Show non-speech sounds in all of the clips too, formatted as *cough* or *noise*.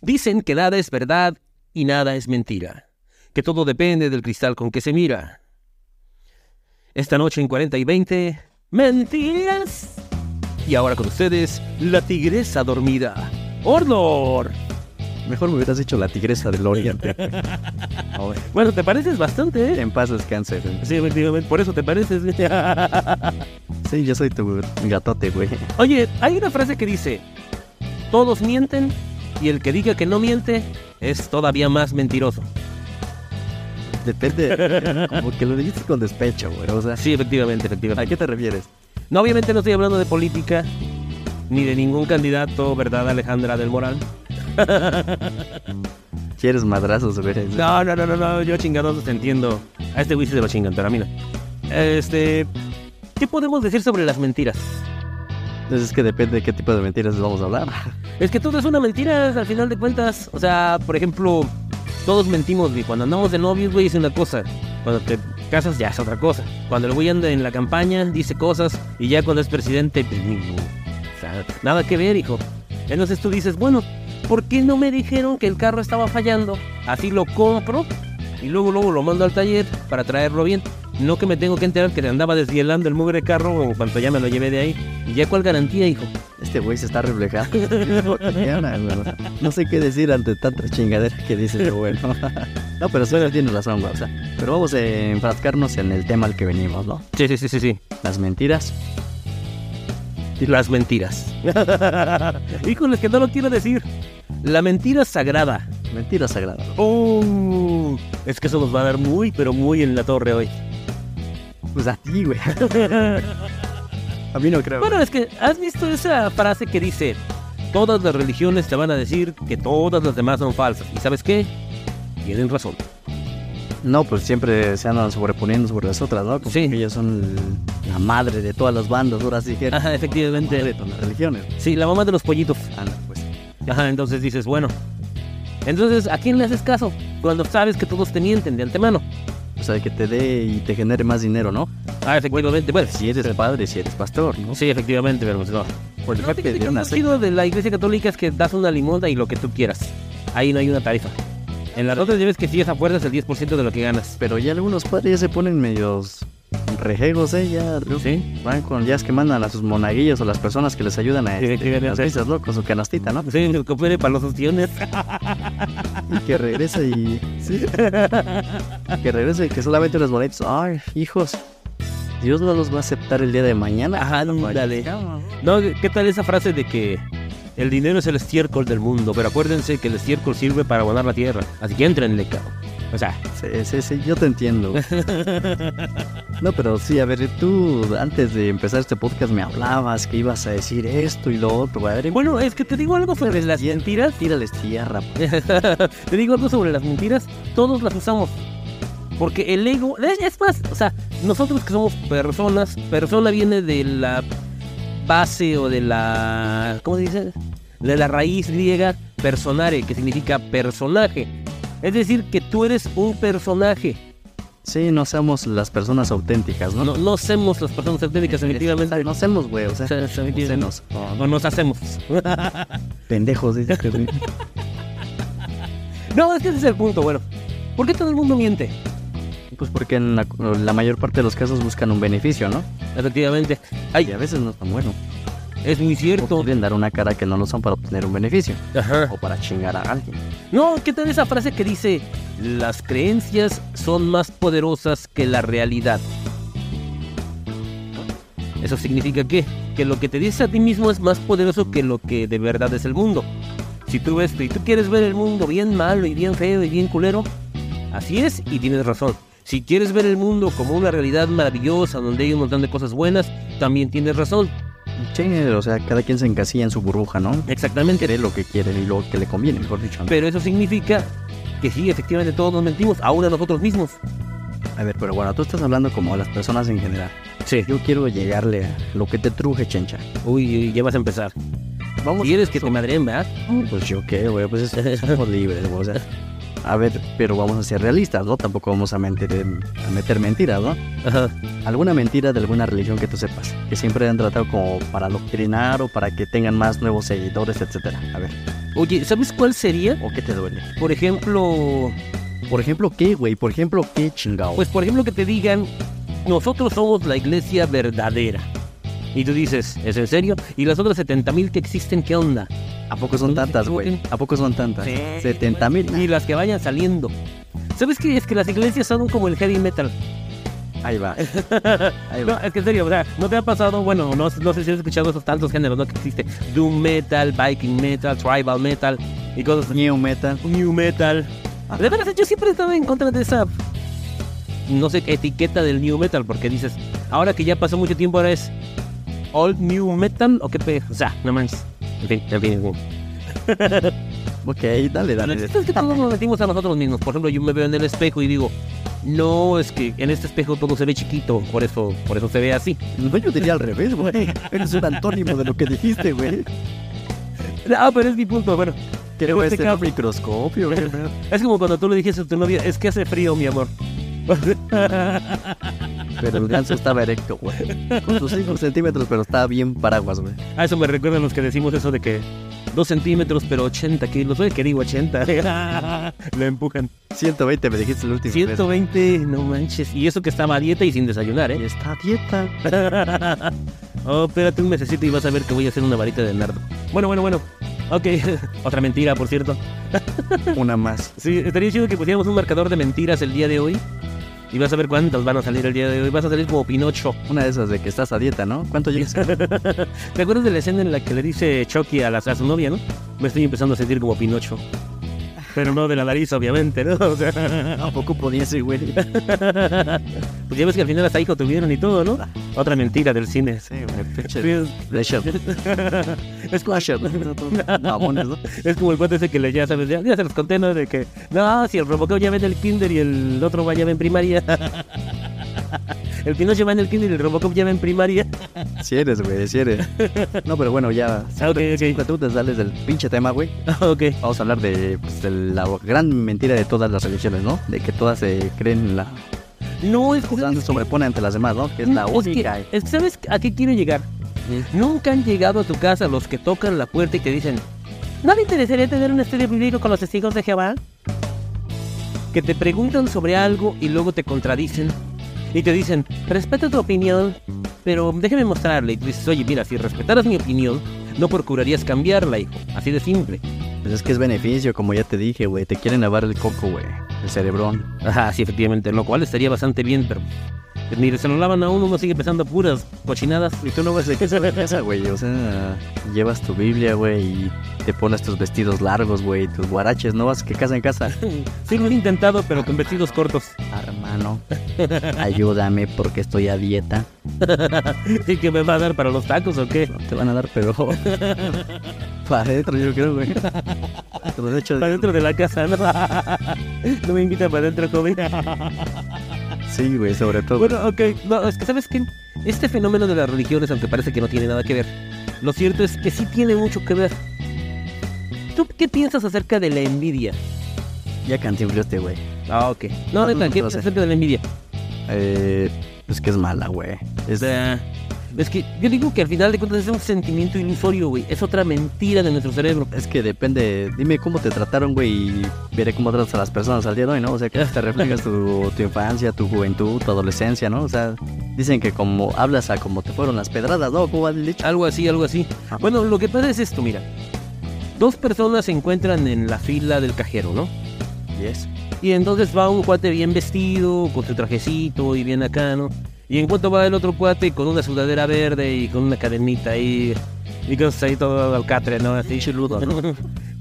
Dicen que nada es verdad y nada es mentira, que todo depende del cristal con que se mira. Esta noche en 40 y 20, mentiras. Y ahora con ustedes, la tigresa dormida, Orlor. Mejor me hubieras dicho la tigresa del oriente. Bueno, te pareces bastante, ¿eh? en paz descanse. güey. Sí, efectivamente, por eso te pareces. *laughs* Sí, yo soy tu gatote, güey. Oye, hay una frase que dice, todos mienten y el que diga que no miente es todavía más mentiroso. Depende. Como que lo dijiste con despecho, güey. O sea, Sí, efectivamente, ¿a efectivamente. qué te refieres? No, obviamente no estoy hablando de política, ni de ningún candidato, ¿verdad, Alejandra del Moral? ¿Quieres madrazos, güey? No, no, no, no, no, yo chingados te entiendo. A este güey sí se lo chingan, pero a mí no. Este, ¿qué podemos decir sobre las mentiras? Entonces es que depende de qué tipo de mentiras vamos a hablar. Es que todo es una mentira, al final de cuentas. O sea, por ejemplo, todos mentimos, güey. Cuando andamos de novios, güey, es una cosa. Cuando te casas, ya es otra cosa. Cuando el güey anda en la campaña, dice cosas. Y ya cuando es presidente, pues, ni- ni- o sea, nada que ver, hijo. Entonces tú dices, bueno, ¿por qué no me dijeron que el carro estaba fallando? Así lo compro y luego, luego lo mando al taller para traerlo bien. No que me tengo que enterar que le andaba desvielando el mugre carro en cuanto ya me lo llevé de ahí. ¿Y ya cuál garantía, hijo? Este güey se está reflejando. Ahora, güey, o sea, no sé qué decir ante tanta chingadera que dices, pero bueno. No, pero suena, tiene razón, güey. O sea, pero vamos a enfrascarnos en el tema al que venimos, ¿no? Sí, sí, sí, sí, sí. Las mentiras. las mentiras. *laughs* Híjole, que no lo quiero decir. La mentira sagrada. Mentiras sagradas. ¿no? Oh, es que eso nos va a dar muy, pero muy en la torre hoy. *laughs* Pues a ti, güey. A mí no creo. Bueno, es que, ¿has visto esa frase que dice, todas las religiones te van a decir que todas las demás son falsas? ¿Y sabes qué? Tienen razón. No, pues siempre se andan sobreponiendo sobre las otras, ¿no? Como Sí. que ellas son el- la madre de todas las bandas, ahora sí que. Ajá, Madre de efectivamente. todas las religiones. Sí, la mamá de los pollitos. Anda, pues. Ajá, entonces dices, bueno. Entonces, ¿a quién le haces caso? Cuando sabes que todos te mienten de antemano. O sea, pues que te dé y te genere más dinero, ¿no? Ah, efectivamente, bueno. Si eres padre, si eres pastor, ¿no? Sí, efectivamente, pero pues no. Por No, te- de lo una chido de la iglesia católica es que das una limosna y lo que tú quieras. Ahí no hay una tarifa. En las otras ya ves que si es a fuerzas el 10% de lo que ganas. Pero ya algunos padres ya se ponen medios rejegos, ¿eh? Ya ¿Sí? van con ya es que mandan a sus monaguillos o las personas que les ayudan a Sí, este, sí, sí, las sí. misas, ¿no? Con su canastita, ¿no? Ah, pues, Sí, me coopere para los opciones. Y que regresa y... sí. *laughs* que regresa y que solamente los boletos. Ay, hijos, Dios no los va a aceptar el día de mañana. Ajá, dale. No, ¿qué tal esa frase de que el dinero es el estiércol del mundo? Pero acuérdense que el estiércol sirve para abonar la tierra. Así que entrenle, cabrón. O sea, Sí, sí, sí, yo te entiendo. No, pero sí, a ver, tú antes de empezar este podcast me hablabas que ibas a decir esto y lo otro. A ver, bueno, es que te digo algo sobre las mentiras. tírales tierra. pues. Te digo algo sobre las mentiras, todos las usamos. Porque el ego, es es más, o sea, nosotros que somos personas, persona viene de la base o de la, ¿cómo se dice? De la raíz griega personare, que significa personaje. Es decir, que tú eres un personaje. Sí, no seamos las personas auténticas, ¿no? No, no somos las personas auténticas, definitivamente. No seamos, güey, o sea, O sea, definitivamente. senos. No nos hacemos. pendejos, dice que, güey. No, es que ese es el punto, bueno. ¿Por qué todo el mundo miente? Pues porque en la, la mayor parte de los casos buscan un beneficio, ¿no? Efectivamente. Y Ay, a veces no es tan bueno. es muy O cierto. quieren dar una cara que no lo son para obtener un beneficio. Ajá. O para chingar a alguien. No, ¿qué tal esa frase que dice, las creencias son más poderosas que la realidad? Eso significa que, que lo que te dices a ti mismo es más poderoso que lo que de verdad es el mundo. Si tú ves y tú quieres ver el mundo bien malo y bien feo y bien culero, así es y tienes razón. Si quieres ver el mundo como una realidad maravillosa donde hay un montón de cosas buenas, también tienes razón. Sí, o sea, cada quien se encasilla en su burbuja, ¿no? Exactamente. Cree lo que quiere y lo que le conviene, mejor dicho. Pero eso significa que sí, efectivamente todos nos mentimos, aún a nosotros mismos. A ver, pero bueno, tú estás hablando como a las personas en general. Sí. Yo quiero llegarle a lo que te truje, chencha. Uy, uy, ya vas a empezar. Vamos. ¿Quieres que te madreen, verdad? Pues yo qué, güey, pues es- somos libres, güey. O sea, A ver, pero vamos a ser realistas, ¿no? Tampoco vamos a, mentir- a meter mentiras, ¿no? Ajá. ¿Alguna mentira de alguna religión que tú sepas? Que siempre han tratado como para adoctrinar o para que tengan más nuevos seguidores, etcétera. A ver, Oye, ¿sabes cuál sería? ¿o qué te duele? Por ejemplo, Por ejemplo, ¿qué, güey? Por ejemplo, ¿qué chingado? pues por ejemplo que te digan, nosotros somos la iglesia verdadera. Y tú dices, ¿es en serio? ¿Y las otras 70 mil que existen, qué onda? ¿a poco son tantas, güey? ¿A poco son tantas? Sí, 70 mil. Y las que vayan saliendo. ¿Sabes qué? Es que las iglesias son como el heavy metal. *laughs* Ahí va. Ahí No, va. es que en serio, o sea, ¿no te ha pasado? Bueno, no, no sé si has escuchado esos tantos géneros, ¿no? Que existe Doom Metal, Viking Metal, Tribal Metal y cosas así. New metal. New Metal. Ah, De veras, yo siempre he estado en contra de esa, no sé, etiqueta del New Metal, porque dices, ahora que ya pasó mucho tiempo, ahora es Old New Metal o qué pe... O sea, no manches. En fin, en fin, en fin. Ok, dale, Pero dale. el chiste es que todos nos metimos a nosotros mismos. Por ejemplo, yo me veo en el espejo y digo, no, es que en este espejo todo se ve chiquito, por eso, por eso se ve así. No, yo diría al revés, güey. Eres un antónimo de lo que dijiste, güey. Ah, pero es mi punto, bueno. Que Yo puede te ser cambio. este un microscopio, güey. Es como cuando tú le dijiste a tu novia, es que hace frío, mi amor. *laughs* Pero el ganso estaba erecto, güey. Con sus 5 centímetros, pero estaba bien paraguas, güey. A Ah, eso me recuerdan los que decimos eso de que dos centímetros, pero 80 kilos. Oye, que digo *laughs* 80. Le empujan. 120 me dijiste el último. 120, no manches. Y eso que estaba a dieta y sin desayunar, Y ¿eh? está a dieta. *laughs* Oh, espérate un mesecito y vas a ver que voy a hacer una varita de nardo. Bueno, bueno, bueno. Ok, *laughs* otra mentira, por cierto. Una más. Sí, estaría chido que pusiéramos un marcador de mentiras el día de hoy. Y vas a ver cuántas van a salir el día de hoy. Vas a salir como Pinocho. Una de esas de que estás a dieta, ¿no? *laughs* ¿Cuánto llegas? ¿Te acuerdas de la escena en la que le dice Chucky a, la- a su novia, no? Me estoy empezando a sentir como Pinocho. Pero no de la nariz, obviamente, ¿no? *laughs* O sea, ¿A poco podía ser, güey? pues ya ves que al final hasta hijo tuvieron y todo, ¿no? Otra mentira del cine. Ah. Sí, *laughs* güey. Pinche. Sí, Flasher. *laughs* Es Flasher. *laughs* Mamones, ¿no? Es como el cuento ese que le ya sabes, ya, ya se los conté, ¿no? De que, no, si el Robocop ya va en el kinder y el otro va ya va en *laughs* primaria. El Pinocho va en el kinder y el Robocop ya va en primaria. *laughs* Si eres, güey, si eres. No, pero bueno, ya. Ah, Ok, ok. Tú te sales del pinche tema, güey. Ah, Ok. Vamos a hablar de, pues, de la gran mentira de todas las religiones, ¿no? De que todas se creen en la. No, es que... Se sobreponen ante las demás, ¿no? Que es la Es que- única. eh. es que ¿Sabes a qué quiero llegar? Sí. Nunca han llegado a tu casa los que tocan la puerta y te dicen, ¿no le interesaría tener un estudio bíblico con los testigos de Jehová? Que te preguntan sobre algo y luego te contradicen. Y te dicen, respeto tu opinión, pero déjeme mostrarle. Y tú dices, oye, mira, si respetaras mi opinión, no procurarías cambiarla, hijo. Así de simple. Pues es que es beneficio, como ya te dije, güey. Te quieren lavar el coco, güey. El cerebrón. Ajá, sí, efectivamente, lo cual estaría bastante bien, pero... pues, Mire, se lo lavan a uno, uno sigue pensando puras cochinadas. Y tú no vas a esa, güey. *laughs* O sea, llevas tu Biblia, güey, y te pones tus vestidos largos, güey, tus guaraches. No vas que casa en *laughs* casa. Sí, lo he intentado, pero con vestidos cortos. *laughs* Hermano, ayúdame porque estoy a dieta. ¿Y que me va a dar para los tacos o qué? Te van a dar *laughs* pero para adentro, yo creo, güey. Pero de hecho, Para dentro de la casa, ¿no? *laughs* No me invitan para adentro, joven. sí, güey, sobre todo. Bueno, ok. No, es que, ¿sabes qué? Este fenómeno de las religiones, aunque parece que no tiene nada que ver, lo cierto es que sí tiene mucho que ver. ¿Tú qué piensas acerca de la envidia? ya cantinflaste, güey. Ah, ok. *laughs* No, neta, ¿qué No piensas sé. acerca de la envidia? Eh, pues que es mala, güey. O Es, sea, es que yo digo que al final de cuentas es un sentimiento ilusorio, güey. Es otra mentira de nuestro cerebro. es que depende. Dime cómo te trataron, güey, y veré cómo tratas a las personas al día de hoy, ¿no? O sea, que te *laughs* reflejas tu, tu infancia, tu juventud, tu adolescencia, ¿no? O sea, dicen que como hablas a como te fueron las pedradas, ¿no? ¿Cómo va el dicho? Algo así, algo así. Ajá. Bueno, lo que pasa es esto, mira. Dos personas se encuentran en la fila del cajero, ¿no? Yes. Y entonces va un cuate bien vestido, con su trajecito y bien acá, ¿no? Y en cuanto va el otro cuate con una sudadera verde y con una cadenita ahí, y cosas ahí todo alcatre, ¿no? Así chiludo, ¿no?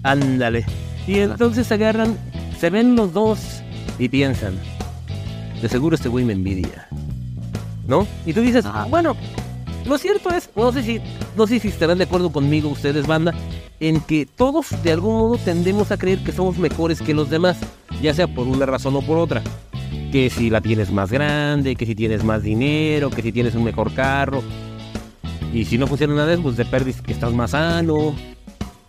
Ándale. Y entonces agarran, se ven los dos y piensan, de seguro este güey me envidia, ¿no? Y tú dices, Ajá. bueno, lo cierto es, no sé, si, no sé si estarán de acuerdo conmigo ustedes, banda, en que todos de algún modo tendemos a creer que somos mejores que los demás, ya sea por una razón o por otra. Que si la tienes más grande, que si tienes más dinero, que si tienes un mejor carro. Y si no funciona nada de eso, pues te perdiste que estás más sano.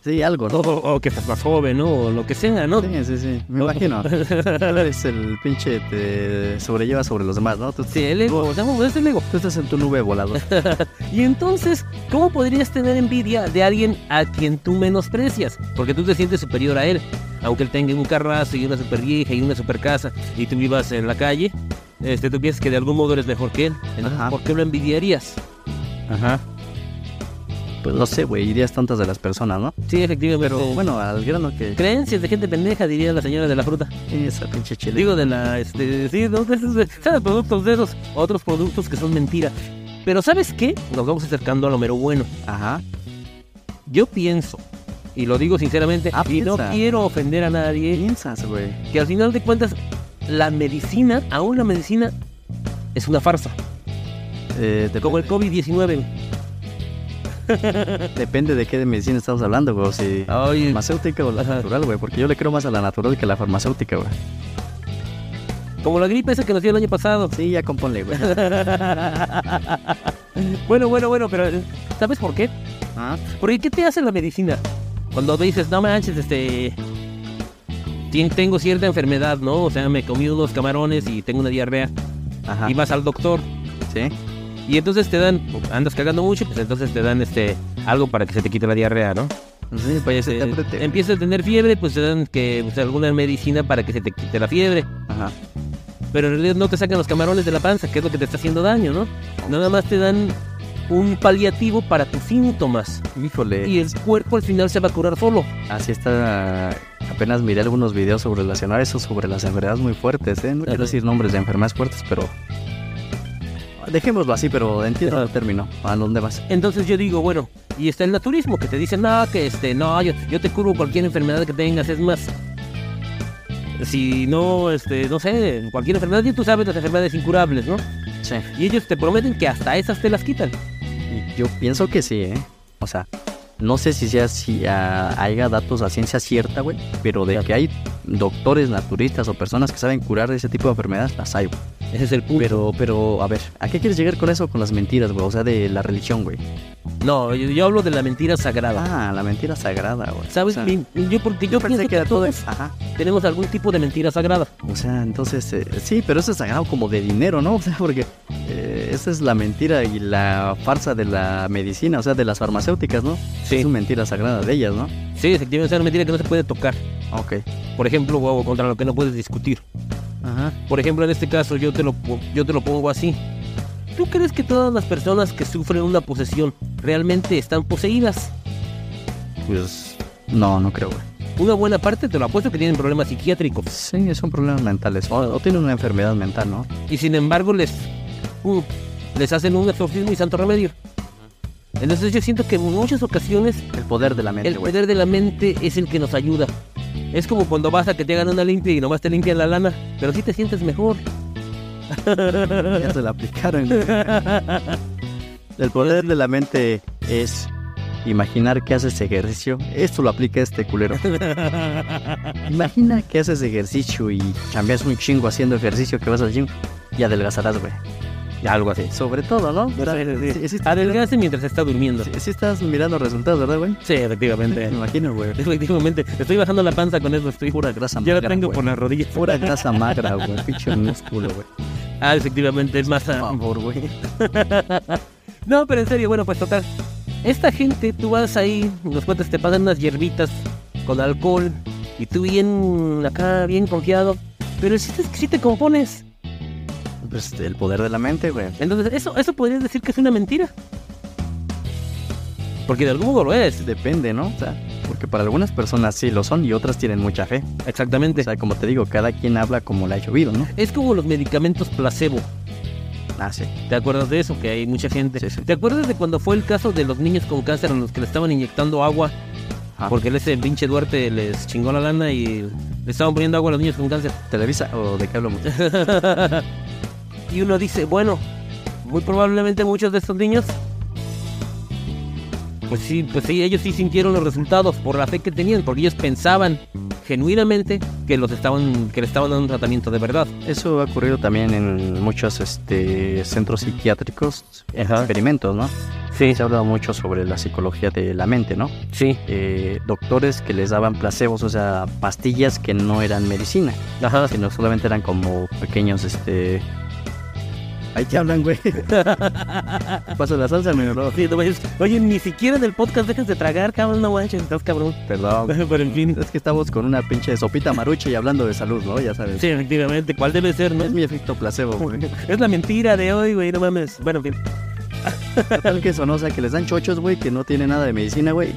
Sí, algo, O, *laughs* ¿no? o- o que estás más joven, ¿no? O lo que sea, ¿no? Sí, sí, sí. Me imagino. Tú eres el pinche te sobrelleva sobre los demás, ¿no? Tú, Sí, el ego, o sea, vamos, es el ego. tú estás en tu nube volador. Y entonces, ¿cómo podrías tener envidia de alguien a quien tú menosprecias? Porque tú te sientes superior a él. Aunque él tenga un carrazo y una super vieja y una super casa y tú vivas en la calle, este, tú piensas que de algún modo eres mejor que él. Entonces, Ajá. ¿por qué lo envidiarías? Ajá. Pues no sé, güey, irías tantas de las personas, ¿no? Sí, efectivamente. Pero bueno, al grano que Creencias de gente pendeja, diría la señora de la fruta. esa pinche chile. Digo de la, este, sí, no, de esos, de- ¿sabes? productos de esos, otros productos que son mentiras. Pero ¿sabes qué? Nos vamos acercando a lo mero bueno. Ajá. Yo pienso, y lo digo sinceramente, Ah, y no piensa. quiero ofender a nadie, Piensas, güey. que al final de cuentas, la medicina, aún la medicina, es una farsa. Eh, depende, Como el COVID-19. depende de qué de medicina estamos hablando, güey. Si Ay, farmacéutica o la Ajá. natural, güey. Porque yo le creo más a la natural que a la farmacéutica, güey. como la gripe esa que nos dio el año pasado. *laughs* Sí, ya componle, güey. Bueno, bueno, bueno, pero eh, ¿sabes por qué? Ajá. Porque ¿qué te hace la medicina? Cuando te dices, no manches, este... tien- Tengo cierta enfermedad, ¿no? O sea, me comí unos camarones y tengo una diarrea. Ajá. Y vas al doctor. Sí. Y entonces te dan, andas cagando mucho, pues entonces te dan este algo para que se te quite la diarrea, ¿no? Sí, Pues, se te eh, apriete, güey. empiezas a tener fiebre, pues te dan que pues, alguna medicina para que se te quite la fiebre. Ajá. Pero en realidad no te sacan los camarones de la panza, que es lo que te está haciendo daño, ¿no? Nada más te dan un paliativo para tus síntomas. Híjole. Y el cuerpo al final se va a curar solo. Así está. Apenas miré algunos videos sobre relacionar eso sobre las enfermedades muy fuertes, ¿eh? No quiero Ajá. decir nombres de enfermedades fuertes, pero. Dejémoslo así, pero entiendo el término. ¿A dónde vas? Entonces yo digo, bueno, y está el naturismo, que te dicen, no, que este, no, yo, yo te curo cualquier enfermedad que tengas, es más. Si no, este, no sé, cualquier enfermedad, ya tú sabes las enfermedades incurables, ¿no? Sí. Y ellos te prometen que hasta esas te las quitan. Y Yo pienso que sí, ¿eh? O sea, no sé si sea si ah, haya datos a ciencia cierta, güey, pero de Claro. que hay doctores, naturistas o personas que saben curar de ese tipo de enfermedades, las hay, güey. Ese es el punto. Pero, pero, a ver, ¿a qué quieres llegar con eso? Con las mentiras, güey, o sea, de la religión, güey. No, yo, yo hablo de la mentira sagrada. Ah, la mentira sagrada, güey. ¿Sabes? O sea, Mi- yo porque yo Ah, yo pensé pienso que era todo. todos Ajá. tenemos algún tipo de mentira sagrada. O sea, entonces, eh, sí, pero eso es sagrado como de dinero, ¿no? *laughs* O sea, porque eh, esa es la mentira y la farsa de la medicina, o sea, de las farmacéuticas, ¿no? Sí. Es una mentira sagrada de ellas, ¿no? Sí, efectivamente, es una mentira que no se puede tocar. Ok. Por ejemplo, o contra lo que no puedes discutir. Ajá. Por ejemplo, en este caso yo te lo, po- yo te lo pongo así. ¿Tú crees que todas las personas que sufren una posesión realmente están poseídas? Pues no, no creo, güey. Una buena parte te lo apuesto que tienen problemas psiquiátricos. Sí, son problemas mentales. O, o tienen una enfermedad mental, ¿no? Y sin embargo les, mm, les hacen un exorcismo y santo remedio. Entonces yo siento que en muchas ocasiones El poder de la mente, el güey. poder de la mente es el que nos ayuda. Es como cuando vas a que te hagan una limpia y nomás te limpian la lana, pero sí te sientes mejor. Ya se la aplicaron. *laughs* El poder de la mente es imaginar que haces ejercicio. Esto lo aplica este *laughs* culero. Imagina que haces ejercicio y cambias un chingo haciendo ejercicio que vas al gym y adelgazarás, güey. Algo así. Sobre todo, ¿no? sí. Sí, sí estás- Adelgace mientras está durmiendo. sí- Sí, sí estás mirando resultados, ¿verdad, güey? Me *laughs* efectivamente. imagino, güey. Efectivamente, estoy bajando la panza con eso, estoy Pura grasa Ya la magra, tengo güey. por las rodillas. Pura grasa magra, güey. Pinche músculo, güey. Ah, efectivamente, es más. Por ah, favor, güey. No, pero en serio, bueno, pues total. Esta gente, tú vas ahí, los cuates te pasan unas hierbitas con alcohol y tú bien acá, bien confiado. Pero el chiste es que sí te compones. Pues el poder de la mente, güey. Entonces, eso, eso podrías decir que es una mentira. Porque de algún modo lo es. Depende, ¿no? O sea, porque para algunas personas sí lo son y otras tienen mucha fe. Exactamente. O sea, como te digo, cada quien habla como le ha llovido, ¿no? Es como los medicamentos placebo. Ah, sí. ¿Te acuerdas de eso? Que hay mucha gente. Sí, sí. ¿Te acuerdas de cuando fue el caso de los niños con cáncer en los que le estaban inyectando agua? Ajá. Porque ese pinche Duarte les chingó la lana y le estaban poniendo agua a los niños con cáncer. Televisa, o de qué hablamos. y uno dice, bueno, muy probablemente muchos de estos niños, pues sí, pues sí, ellos sí sintieron los resultados por la fe que tenían, porque ellos pensaban genuinamente que los estaban, que le estaban dando un tratamiento de verdad. Eso ha ocurrido también en muchos este, centros psiquiátricos, Ajá. experimentos, ¿no? Sí, Se ha hablado mucho sobre la psicología de la mente, ¿no? sí, Eh, doctores que les daban placebos, o sea, pastillas que no eran medicina, ajá. sino solamente eran como pequeños, este... Ahí te hablan, güey. *laughs* Paso la salsa, mi bro. Sí, no manches. Oye, ni siquiera en el podcast dejas de tragar, cabrón, no manches, estás cabrón. Perdón. *laughs* Pero en fin. Es que estamos con una pinche sopita marucha y hablando de salud, ¿no? Ya sabes. Sí, efectivamente, ¿cuál debe ser, no? Es mi efecto placebo, güey. *laughs* Es la mentira de hoy, güey, no mames. Bueno, en fin. Total que son, o sea, que les dan chochos, güey, que no tienen nada de medicina, güey.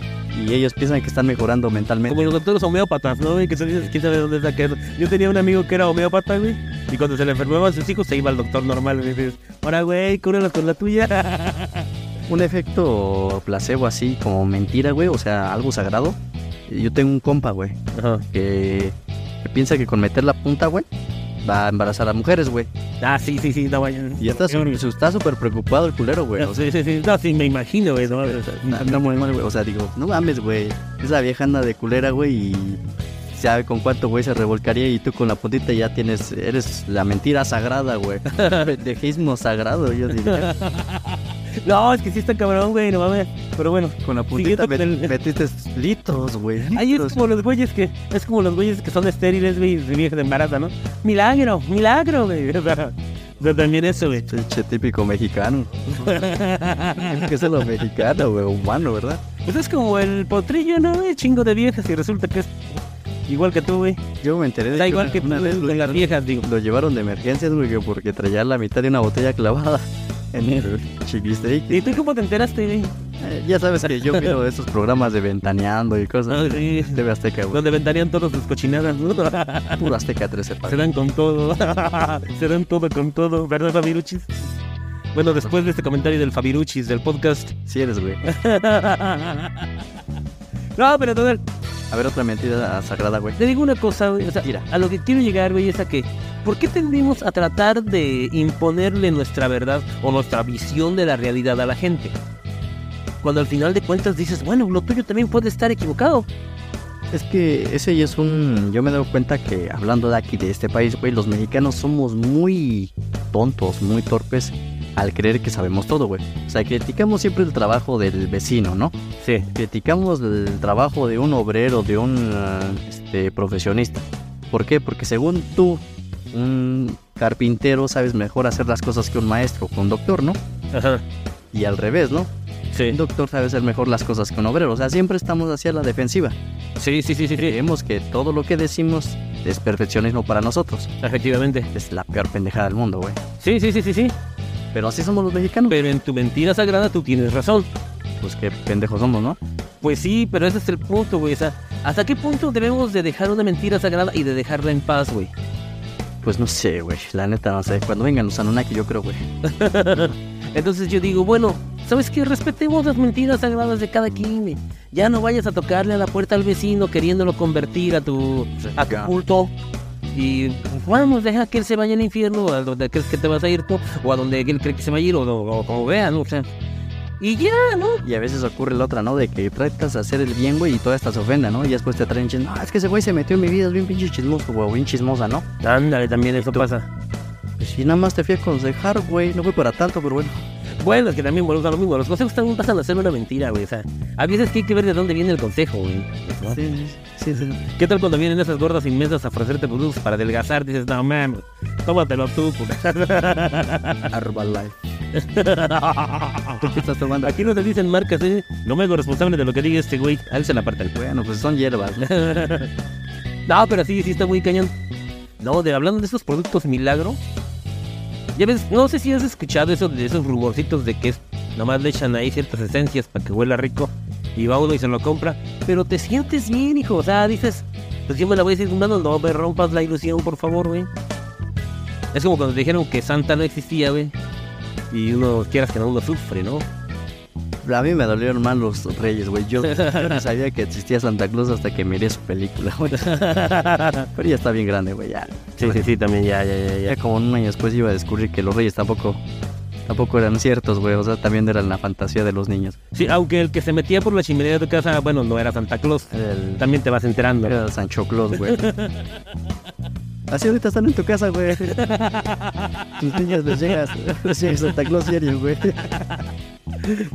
Y ellos piensan que están mejorando mentalmente. Como los doctores homeópatas, ¿no? güey? Que se dice, quién sabe dónde saca eso. Yo tenía un amigo que era homeópata, güey. Y cuando se le enfermaban sus hijos, se iba al doctor normal. güey, Y dices, ahora, güey, cúralos con la tuya. Un efecto placebo así, como mentira, güey, o sea, algo sagrado. Yo tengo un compa, güey, Ajá. que, que piensa que con meter la punta, güey, va a embarazar a mujeres, güey. Ah, sí, sí, sí, no vayan. Y está su- su- está súper preocupado el culero, güey. No, O sí, sea, sí, sí. No, sí, me imagino, güey. No, mames. anda muy mal, güey. O sea, digo, no mames, güey. Esa vieja anda de culera, güey, y sabe con cuánto, güey, se revolcaría y tú con la puntita ya tienes, eres la mentira *laughs* sagrada, güey. Pendejismo sagrado, yo diría. no, es que sí está cabrón, güey, no mames. Pero bueno. Con la puntita Siguiendo met- con el- metiste litros, güey. Ahí es litros. como los güeyes que, es como los güeyes que son estériles, güey, y se viejas embarazan, ¿no? Milagro, milagro, güey. O sea, o sea, también eso, güey. Pinche *laughs* típico mexicano. Es que es lo mexicano, güey, humano, ¿verdad? Pues es como el potrillo, ¿no? güey? Chingo de viejas y resulta que es igual que tú, güey. Yo me enteré de Da igual que tú, una vez de las güey, viejas, digo. lo llevaron de emergencias, güey, que porque traía la mitad de una botella clavada en el ¿Y chiquistrique. tú cómo te enteraste, güey? ya sabes *laughs* que yo miro esos programas de ventaneando y cosas. Ah, sí. TV Azteca, güey. Donde vendarían todas sus cochinadas, ¿no? *laughs* Puro Azteca 13, Se padre. dan con todo. *laughs* Se dan todo con todo, ¿verdad, Fabiruchis? Bueno, después de este comentario del Fabiruchis del podcast. *laughs* Sí eres, güey. No, pero total, A ver, otra mentira sagrada, *laughs* güey. te digo una cosa, güey. O sea, Tira. a lo que quiero llegar, güey, es a que. ¿Por qué tendemos a tratar de imponerle nuestra verdad o nuestra visión de la realidad a la gente? Cuando al final de cuentas dices, bueno, lo tuyo también puede estar equivocado. Es que ese ya es un... Yo me doy cuenta que hablando de aquí, de este país, güey, los mexicanos somos muy tontos, muy torpes al creer que sabemos todo, güey. O sea, criticamos siempre el trabajo del vecino, ¿no? Sí. Criticamos el trabajo de un obrero, de un este, profesionista. ¿Por qué? Porque según tú, un carpintero sabes mejor hacer las cosas que un maestro, que un doctor, ¿no? Ajá. Y al revés, ¿no? Un Sí. doctor sabe hacer mejor las cosas que un obrero. O sea, siempre estamos hacia la defensiva Sí, sí, sí, sí, sí. creemos que todo lo que decimos es perfeccionismo para nosotros. Efectivamente. Es la peor pendejada del mundo, güey. Sí, sí, sí, sí, sí. Pero así somos los mexicanos. Pero en tu mentira sagrada tú tienes razón. Pues qué pendejos somos, ¿no? Pues sí, pero ese es el punto, güey. O sea, ¿hasta qué punto debemos de dejar una mentira sagrada y de dejarla en paz, güey? Pues no sé, güey. La neta, no sé. Cuando vengan los Anunnaki, yo creo, güey. Entonces yo digo, bueno, ¿sabes qué? Respetemos las mentiras sagradas de cada quien, güey. Ya no vayas a tocarle a la puerta al vecino queriéndolo convertir a tu, a tu Ya. culto. Y pues, vamos, deja que él se vaya al infierno, a donde crees que te vas a ir tú, o a donde él cree que se va a ir, o, o- o como vean, ¿no? o sea. Y ya, ¿no? Y a veces ocurre la otra, ¿no? De que tratas de hacer el bien, güey, y todas estas ofendas, ¿no? Y después te traen chismes. No, es que ese güey se metió en mi vida. Es bien pinche chismoso, güey. o Bien chismosa, ¿no? Ándale, también eso pasa. Pues si nada más te fui a aconsejar, güey. No fue para tanto, pero bueno. Bueno, es que también volvemos a lo mismo. Los consejos también pasan a ser una mentira, güey. O sea, a veces que hay que ver de dónde viene el consejo, güey. Sí, sí, sí. *laughs* ¿Qué tal cuando vienen esas gordas inmensas a ofrecerte productos para adelgazar? Dices, no, mames, tómatelo tú, Arbalife. puta. Ah, ¿Tú qué estás tomando? *laughs* Aquí no te dicen marcas, ¿eh? No me hago responsable de lo que diga este güey. A él se la apartan. Bueno, pues son hierbas, ¿no? *laughs* No, pero sí, sí está muy cañón. No, de, hablando de esos productos milagro. Ya ves, no sé si has escuchado eso de esos rumorcitos de que es, nomás le echan ahí ciertas esencias para que huela rico y va uno y se lo compra. Pero te sientes bien, hijo. O sea, dices, pues yo me la voy a seguir comprando. No me rompas la ilusión, por favor, güey. Es como cuando te dijeron que Santa no existía, güey. Y uno quieras que no uno sufre, ¿no? A mí me dolieron mal los reyes, güey. Yo no sabía que existía Santa Claus hasta que miré su película, güey. Pero ya está bien grande, güey. Ya. Sí, sí, sí, también, ya, ya, ya como un año después iba a descubrir que los reyes tampoco tampoco eran ciertos, güey. O sea, también eran la fantasía de los niños. Sí, aunque el que se metía por la chimenea de tu casa, bueno, no era Santa Claus. El, También te vas enterando. era el Sancho Claus, güey. Así ahorita están en tu casa, güey. Tus niños les llegas, les llega Santa Claus diario, güey.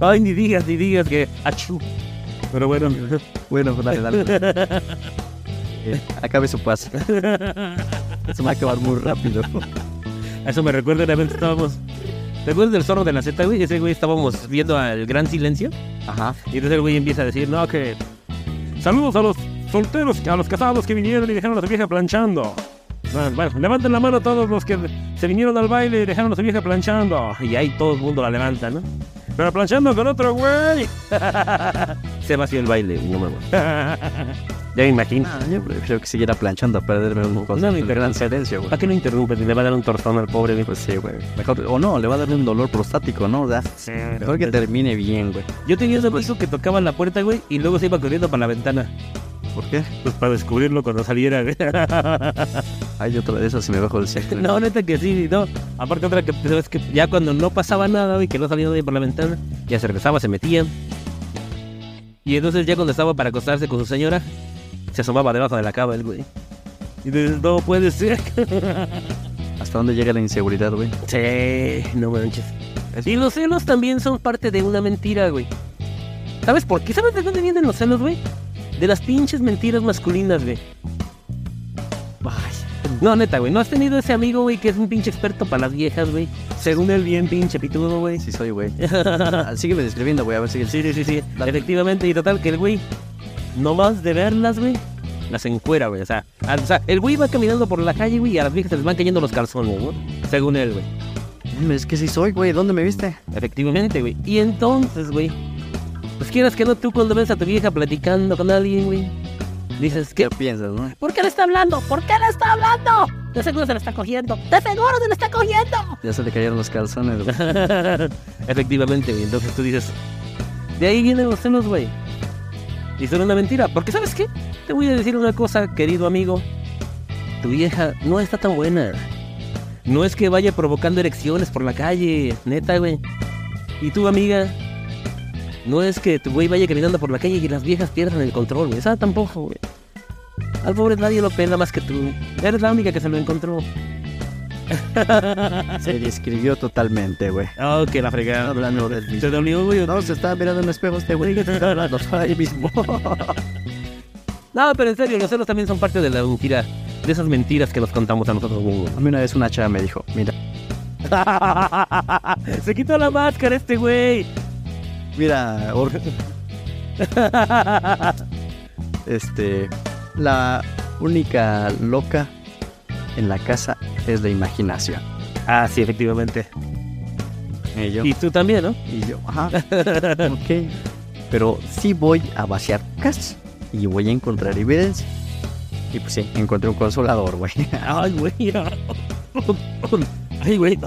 Ay, ni digas, ni digas que. Achú. Pero bueno. *laughs* Bueno, pues dale, dale. Eh, acabe su paz. Se va a acabar muy rápido. A Eso me recuerda una vez estábamos. ¿Te acuerdas del zorro de la Z, güey? Ese güey estábamos viendo al gran silencio. Ajá. Y entonces el güey empieza a decir, no, que. Saludos a los solteros, a los casados que vinieron y dejaron a su vieja planchando. Bueno, bueno, levanten la mano todos los que se vinieron al baile y dejaron a su vieja planchando. Y ahí todo el mundo la levanta, ¿no? Pero planchando con otro güey. *laughs* se vació el baile, no mames. *laughs* ya me imagino. Ah, yo prefiero que siguiera planchando a perderme un *laughs* poco. No me el gran silencio, ¿Para güey. Pues, qué no interrumpes? Le va a dar un torzón al pobre, güey. Pues sí, güey. Mejor- o no, le va a dar un dolor prostático, ¿no? O sea, Sí. mejor que termine bien, güey. Yo tenía un amigo que tocaba la puerta, güey, y luego se iba corriendo para la ventana. ¿Por qué? Pues para descubrirlo cuando saliera, güey. Ay, yo otra vez así me bajo del *laughs* cierre. No, neta que sí, no. Aparte otra que pues, es que ya cuando no pasaba nada, güey, que no salía nadie por la ventana, ya se regresaba, se metía. Y entonces ya cuando estaba para acostarse con su señora, se asomaba debajo de la cama el güey. Y dices, no puede ser. *laughs* ¿Hasta dónde llega la inseguridad, güey? Sí, no manches. Y los celos también son parte de una mentira, güey. ¿Sabes por qué? ¿Sabes de dónde vienen los celos, güey? De las pinches mentiras masculinas, güey. Ay, No, neta, güey. ¿No has tenido ese amigo, güey, que es un pinche experto para las viejas, güey? Según él, bien pinche pitudo, güey. Sí, soy, güey. *laughs* Ah, Sígueme describiendo, güey. A ver, sigue. Sí, sí, sí, sí. Dale. Efectivamente, y total, que el güey, nomás de verlas, güey, las encuera, güey. O sea, al- o sea, el güey va caminando por la calle, güey, y a las viejas se les van cayendo los calzones, güey. Según él, güey. Hombre, Es que sí soy, güey. ¿Dónde me viste? Efectivamente, güey. Y entonces, güey, pues quieras que no tú cuando ves a tu vieja platicando con alguien, güey, dices que... ¿Qué piensas, no? ¿Por qué le está hablando? ¿Por qué le está hablando? De seguro se le está cogiendo. De seguro se le está cogiendo. Ya se le cayeron los calzones, güey. *laughs* Efectivamente, güey. Entonces tú dices, de ahí vienen los celos, güey. Y son una mentira. Porque ¿sabes qué? Te voy a decir una cosa, querido amigo. Tu vieja no está tan buena. No es que vaya provocando erecciones por la calle, neta, güey. Y tu amiga, no es que tu güey vaya caminando por la calle y las viejas pierdan el control, güey. Esa tampoco, güey. Al pobre nadie lo pela más que tú. Eres la única que se lo encontró. Se describió totalmente, güey. Oh, que la fregada. Hablando del mismo. ¿Te dolió, güey? o No, se estaba mirando en un espejo este güey. *laughs* No, ahí mismo. No, pero en serio, los celos también son parte de la mentira. De esas mentiras que nos contamos a nosotros mismos. *laughs* A mí una vez una chava me dijo, mira, Se quitó la máscara este güey. mira, Or- este, la única loca en la casa es la imaginación. ah, sí, efectivamente. Y yo, Y tú también, ¿no? y yo, ajá, ok. Pero sí voy a vaciar casa y voy a encontrar evidencia. Y pues sí, encontré un consolador, güey. *laughs* *laughs* Ay, güey. Ay, güey.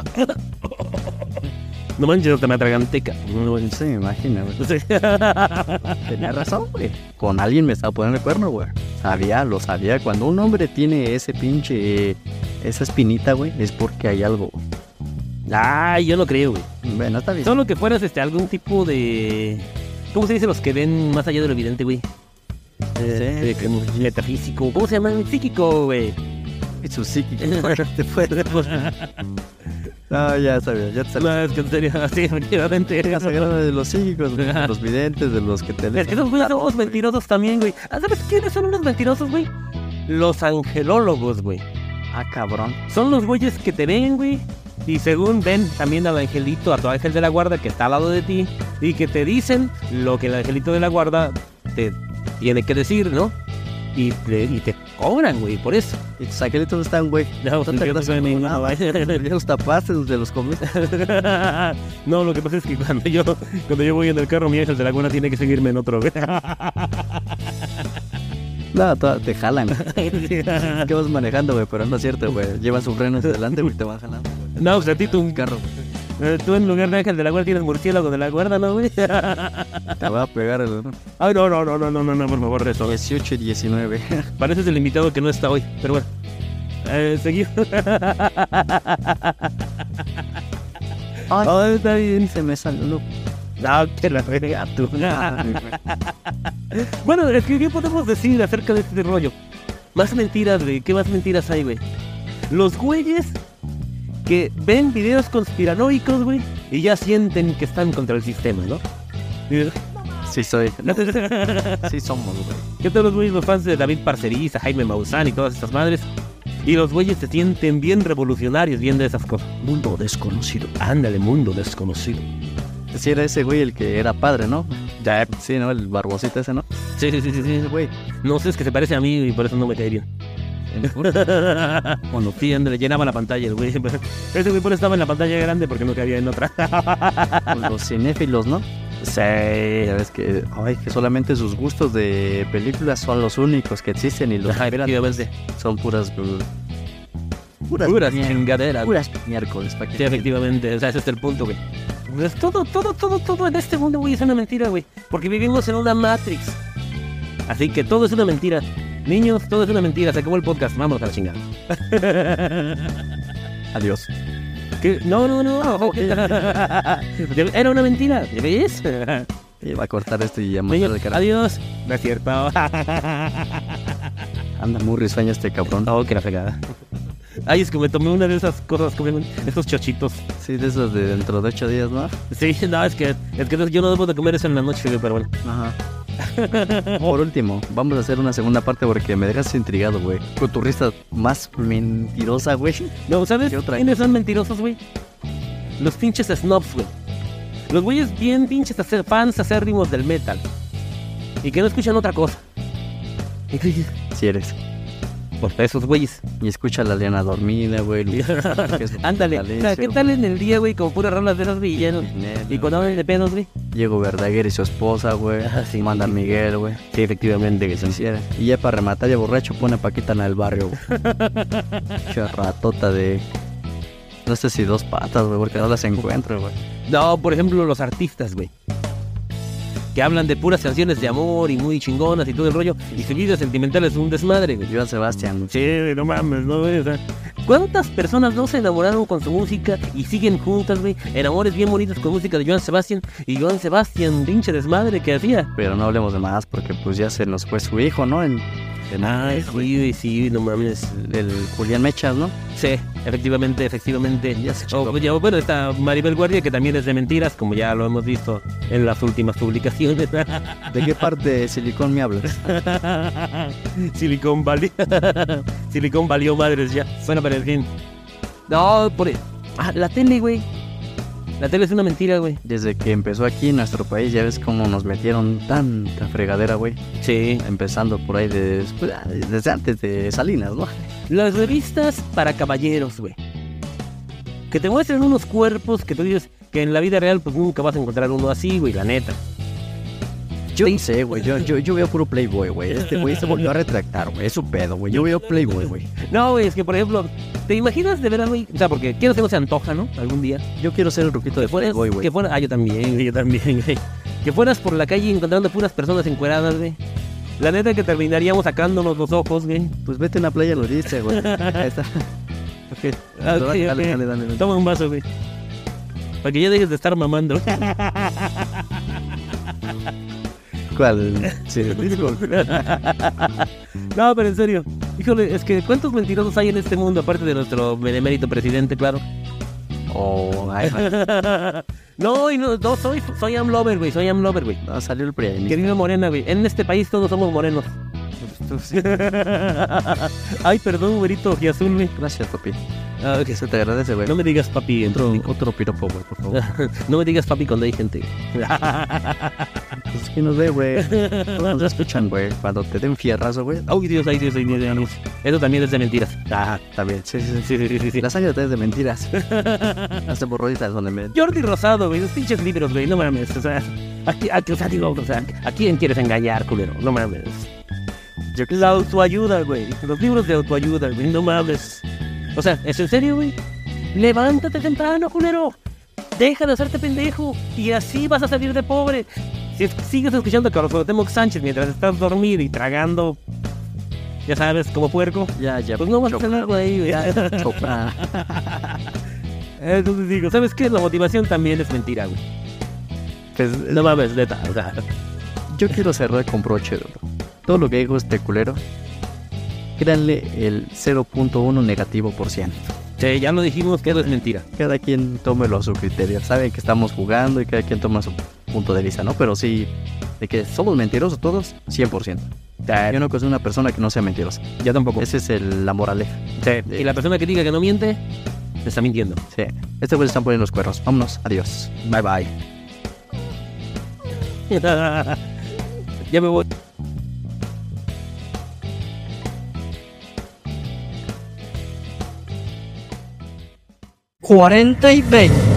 No manches, hasta me atraganté. ca- No manches. Se me imagina, güey. No sé. Tenía razón, güey. Con alguien me estaba poniendo el cuerno, güey. Sabía, lo sabía. Cuando un hombre tiene ese pinche. eh, Esa espinita, güey, es porque hay algo. Ay, yo no creo, güey. Bueno, está bien. Solo que fueras este, algún tipo de. ¿Cómo se dice los que ven más allá de lo evidente, güey? Eh, como metafísico. ¿Cómo se llama? Psíquico, güey. Y su psíquico. güey, *laughs* te Pues, fue. No, ya sabía, ya te sabía. No, Ah, es que en serio, *laughs* sí, efectivamente. La Es sagrada de los psíquicos, güey, de los videntes, de los que te que esos güeyes son unos mentirosos también, güey. Ah, ¿Sabes quiénes son unos mentirosos, güey? Los angelólogos, güey. Ah, cabrón. Son los güeyes que te ven, güey. Y según ven también al angelito, a tu ángel de la guarda que está al lado de ti. Y que te dicen lo que el angelito de la guarda te tiene que decir, ¿no? Y te, y te cobran, güey, por eso. Y tus angelitos están, güey. No, te yo no quedas soy como ningún- nada, Ya los tapaste, de los comiste. *laughs* No, lo que pasa es que cuando yo, cuando yo voy en el carro, mi ángel de la guarda tiene que seguirme en otro. *laughs* No, toda- te jalan. ¿Qué vas manejando, güey? Pero no es cierto, güey. Llevas sus frenos adelante, güey, te van jalando. *laughs* güey. No, o sea, a ti tú, El carro, güey. eh, tú en lugar de ángel de la guarda tienes murciélago de la guarda, ¿no, güey? *laughs* Te va a pegar el Ay, no, no, no, no, no, no, no, por favor, eso. 18 y 19. Pareces el invitado que no está hoy, pero bueno. *laughs* Eh, seguimos. Ay, está bien, se me salió. Ah, que la verga tú. bueno, es que, ¿qué podemos decir acerca de este rollo? Más mentiras, güey. ¿Qué más mentiras hay, güey? Los güeyes que ven videos conspiranoicos, güey, y ya sienten que están contra el sistema, ¿no? *laughs* Sí, soy. Sí, somos, güey. ¿Qué tal los güeyes, los fans de David Parceriza, Jaime Maussan y todas estas madres? Y los güeyes se sienten bien revolucionarios, bien de esas cosas. Mundo desconocido. Ándale, mundo desconocido. Sí, era ese güey el que era padre, ¿no? Ya. Sí, ¿no? El barbosito ese, ¿no? Sí, sí, sí, sí, sí. Ese güey. No sé, es que se parece a mí y por eso no me cae bien. *laughs* Cuando sí, ándale, llenaba la pantalla el güey. *laughs* Ese güey por eso estaba en la pantalla grande porque no cabía en otra. Los cinéfilos, ¿no? Sí. Ya ves que, ay, que solamente sus gustos de películas son los únicos que existen y los Ajá, efectivamente. son puras. Puras, Puras mier- chingaderas. puras miércoles. pa' que- Sí, efectivamente. O sea, ese es el punto, güey. Pues todo, todo, todo, todo en este mundo, güey, es una mentira, güey. Porque vivimos en una Matrix. Así que todo es una mentira. Niños, todo es una mentira. Se acabó el podcast. Vamos a la chingada. Adiós. ¿Qué? No, no, no. *laughs* *laughs* Era una mentira. ¿Ves? Y va a cortar esto y ya Niños, mostrar el cara. adiós. No es cierto. *laughs* Anda muy risueño este cabrón. Oh, que la fregada. Ay, es que me tomé una de esas cosas, como esos chochitos. Sí, de esos de dentro de ocho días, ¿no? Sí, no, es que, es que yo no debo de comer eso en la noche, güey, pero bueno. Ajá. *laughs* Por último, vamos a hacer una segunda parte porque me dejas intrigado, güey. Coturrista más mentirosa, güey. No, ¿sabes ¿Qué otra? quiénes son mentirosos, güey? Los pinches snobs, güey. Los güeyes bien pinches hacer fans acérrimos del metal. Y que no escuchan otra cosa. Y que dices, Si eres. Por esos güeyes. Y escucha a la Diana dormida, *laughs* güey. Luis Enrique, Ándale. O sea, ¿qué Talicio, tal en el día, güey, con puras rolas de los villanos? Pineda, Y con hablan de pedos, güey. Diego Verdaguer y su esposa, güey. Ah, sí. Manda Miguel, güey. Sí, efectivamente que Si eres. Y ya para rematar, ya borracho, pone a Paquita en el barrio, güey. Che, ratota de. No sé si dos patas, güey, porque no las encuentro, güey. No, por ejemplo, los artistas, güey. Que hablan de puras canciones de amor y muy chingonas y todo el rollo. Y su vida sentimental es un desmadre, güey. Joan Sebastián, güey. Sí, no mames, no güey, o sea, ¿Cuántas personas no se enamoraron con su música y siguen juntas, güey? En amores bien bonitos con música de Joan Sebastián y Joan Sebastián, pinche desmadre que hacía. Pero no hablemos de más porque, pues, ya se nos fue su hijo, ¿no? El, Ay, sí, güey, sí, no mames. el Julián Mechas, ¿no? Sí, efectivamente, efectivamente. Ya se O, chingó. ya, bueno, está Maribel Guardia, que también es de mentiras, como ya lo hemos visto en las últimas publicaciones. *laughs* ¿De qué parte de Silicón me hablas? *laughs* Silicon Valley. Silicon valió madres ya. Bueno, pero en fin. No, por... Ah, la tele, güey. La tele es una mentira, güey. Desde que empezó aquí en nuestro país, ya ves cómo nos metieron tanta fregadera, güey. Sí. Empezando por ahí de- pues, ah, desde antes de Salinas, ¿no? Las revistas para caballeros, güey. Que te muestran unos cuerpos que tú dices que en la vida real pues nunca vas a encontrar uno así, güey, la neta. Yo no sé, güey. Yo, yo, yo veo puro Playboy, güey. Este güey se volvió a retractar, güey. Es su pedo, güey. Yo veo Playboy, güey. No, güey, es que por ejemplo, ¿te imaginas de veras, güey? O sea, porque quiero que no se antoja, ¿no? Algún día. Yo quiero ser el ruquito de Que fueras, Playboy, güey. que fueras, ah, yo también, *laughs* güey, yo también, güey. Que fueras por la calle encontrando puras personas encueradas, güey. La neta que terminaríamos sacándonos los ojos, güey. Pues vete a una playa, lo dice, güey. Ahí está. Ok. Ah, ok, Dale, dale, ok. dale, dale, dale. Toma un vaso, güey. Para que ya dejes de estar mamando. *laughs* ¿Cuál? Sí, *laughs* disco. No, pero en serio. Híjole, es que ¿cuántos mentirosos hay en este mundo? Aparte de nuestro benemérito presidente, claro. *laughs* Oh, ay, güey. no, y no, no, soy, soy am lover, güey. Soy am lover, güey. No, salió el prianito. Querido Morena, güey. En este país todos somos morenos. *laughs* Ay, perdón, güerito, y azul, güey. Gracias, papi. Ah, ok. Eso te agradece, güey. No me digas papi. Otro, otro piropo, güey, por *laughs* favor. No me digas papi cuando hay gente. Pues ¿quién nos ve, güey? Todos nos escuchan, güey. Cuando te den fierrazo, güey. Ay, Dios, ay, Dios, ay, Dios, ay, Dios. Eso también es de mentiras. Ah, también. Sí, sí, sí. Sí, sí, sí, sí, sí. Las años de mentiras. *laughs* Las borroditas donde me... Jordi Rosado, güey, los pinches libros, güey, no mames, o sea, aquí, aquí, o sea, digo, o sea, ¿a quién quieres engañar, culero? No mames. Yo qué sé. La autoayuda, güey, los libros de autoayuda, güey, no mames. O sea, ¿es en serio, güey? Levántate temprano, culero. Deja de hacerte pendejo y así vas a salir de pobre. Si es- sigues escuchando a Carlos Cuauhtémoc Sánchez mientras estás dormido y tragando, ya sabes, como puerco, Ya, ya. pues no vas a Chopra. salir, güey. güey. Chopra. Entonces Eh, digo, ¿sabes qué? La motivación también es mentira, güey. Pues, No mames, neta. O sea, yo quiero cerrar con broche de oro. Todo lo que dijo este culero, créanle el 0.1 negativo por ciento. sí, ya lo dijimos que eso es mentira. Cada quien tómelo a su criterio. Saben que estamos jugando y cada quien toma su punto de vista, ¿no? Pero sí, de que somos mentirosos todos, 100%. Yo no conozco una persona que no sea mentirosa. Yo tampoco. Esa es el- la moraleja. Sí. Este, Y la persona que diga que no miente, te está mintiendo. *laughs* Sí. Este güey se están poniendo los cuernos. Vámonos. Adiós. Bye bye. ya me voy. cuarenta y veinte.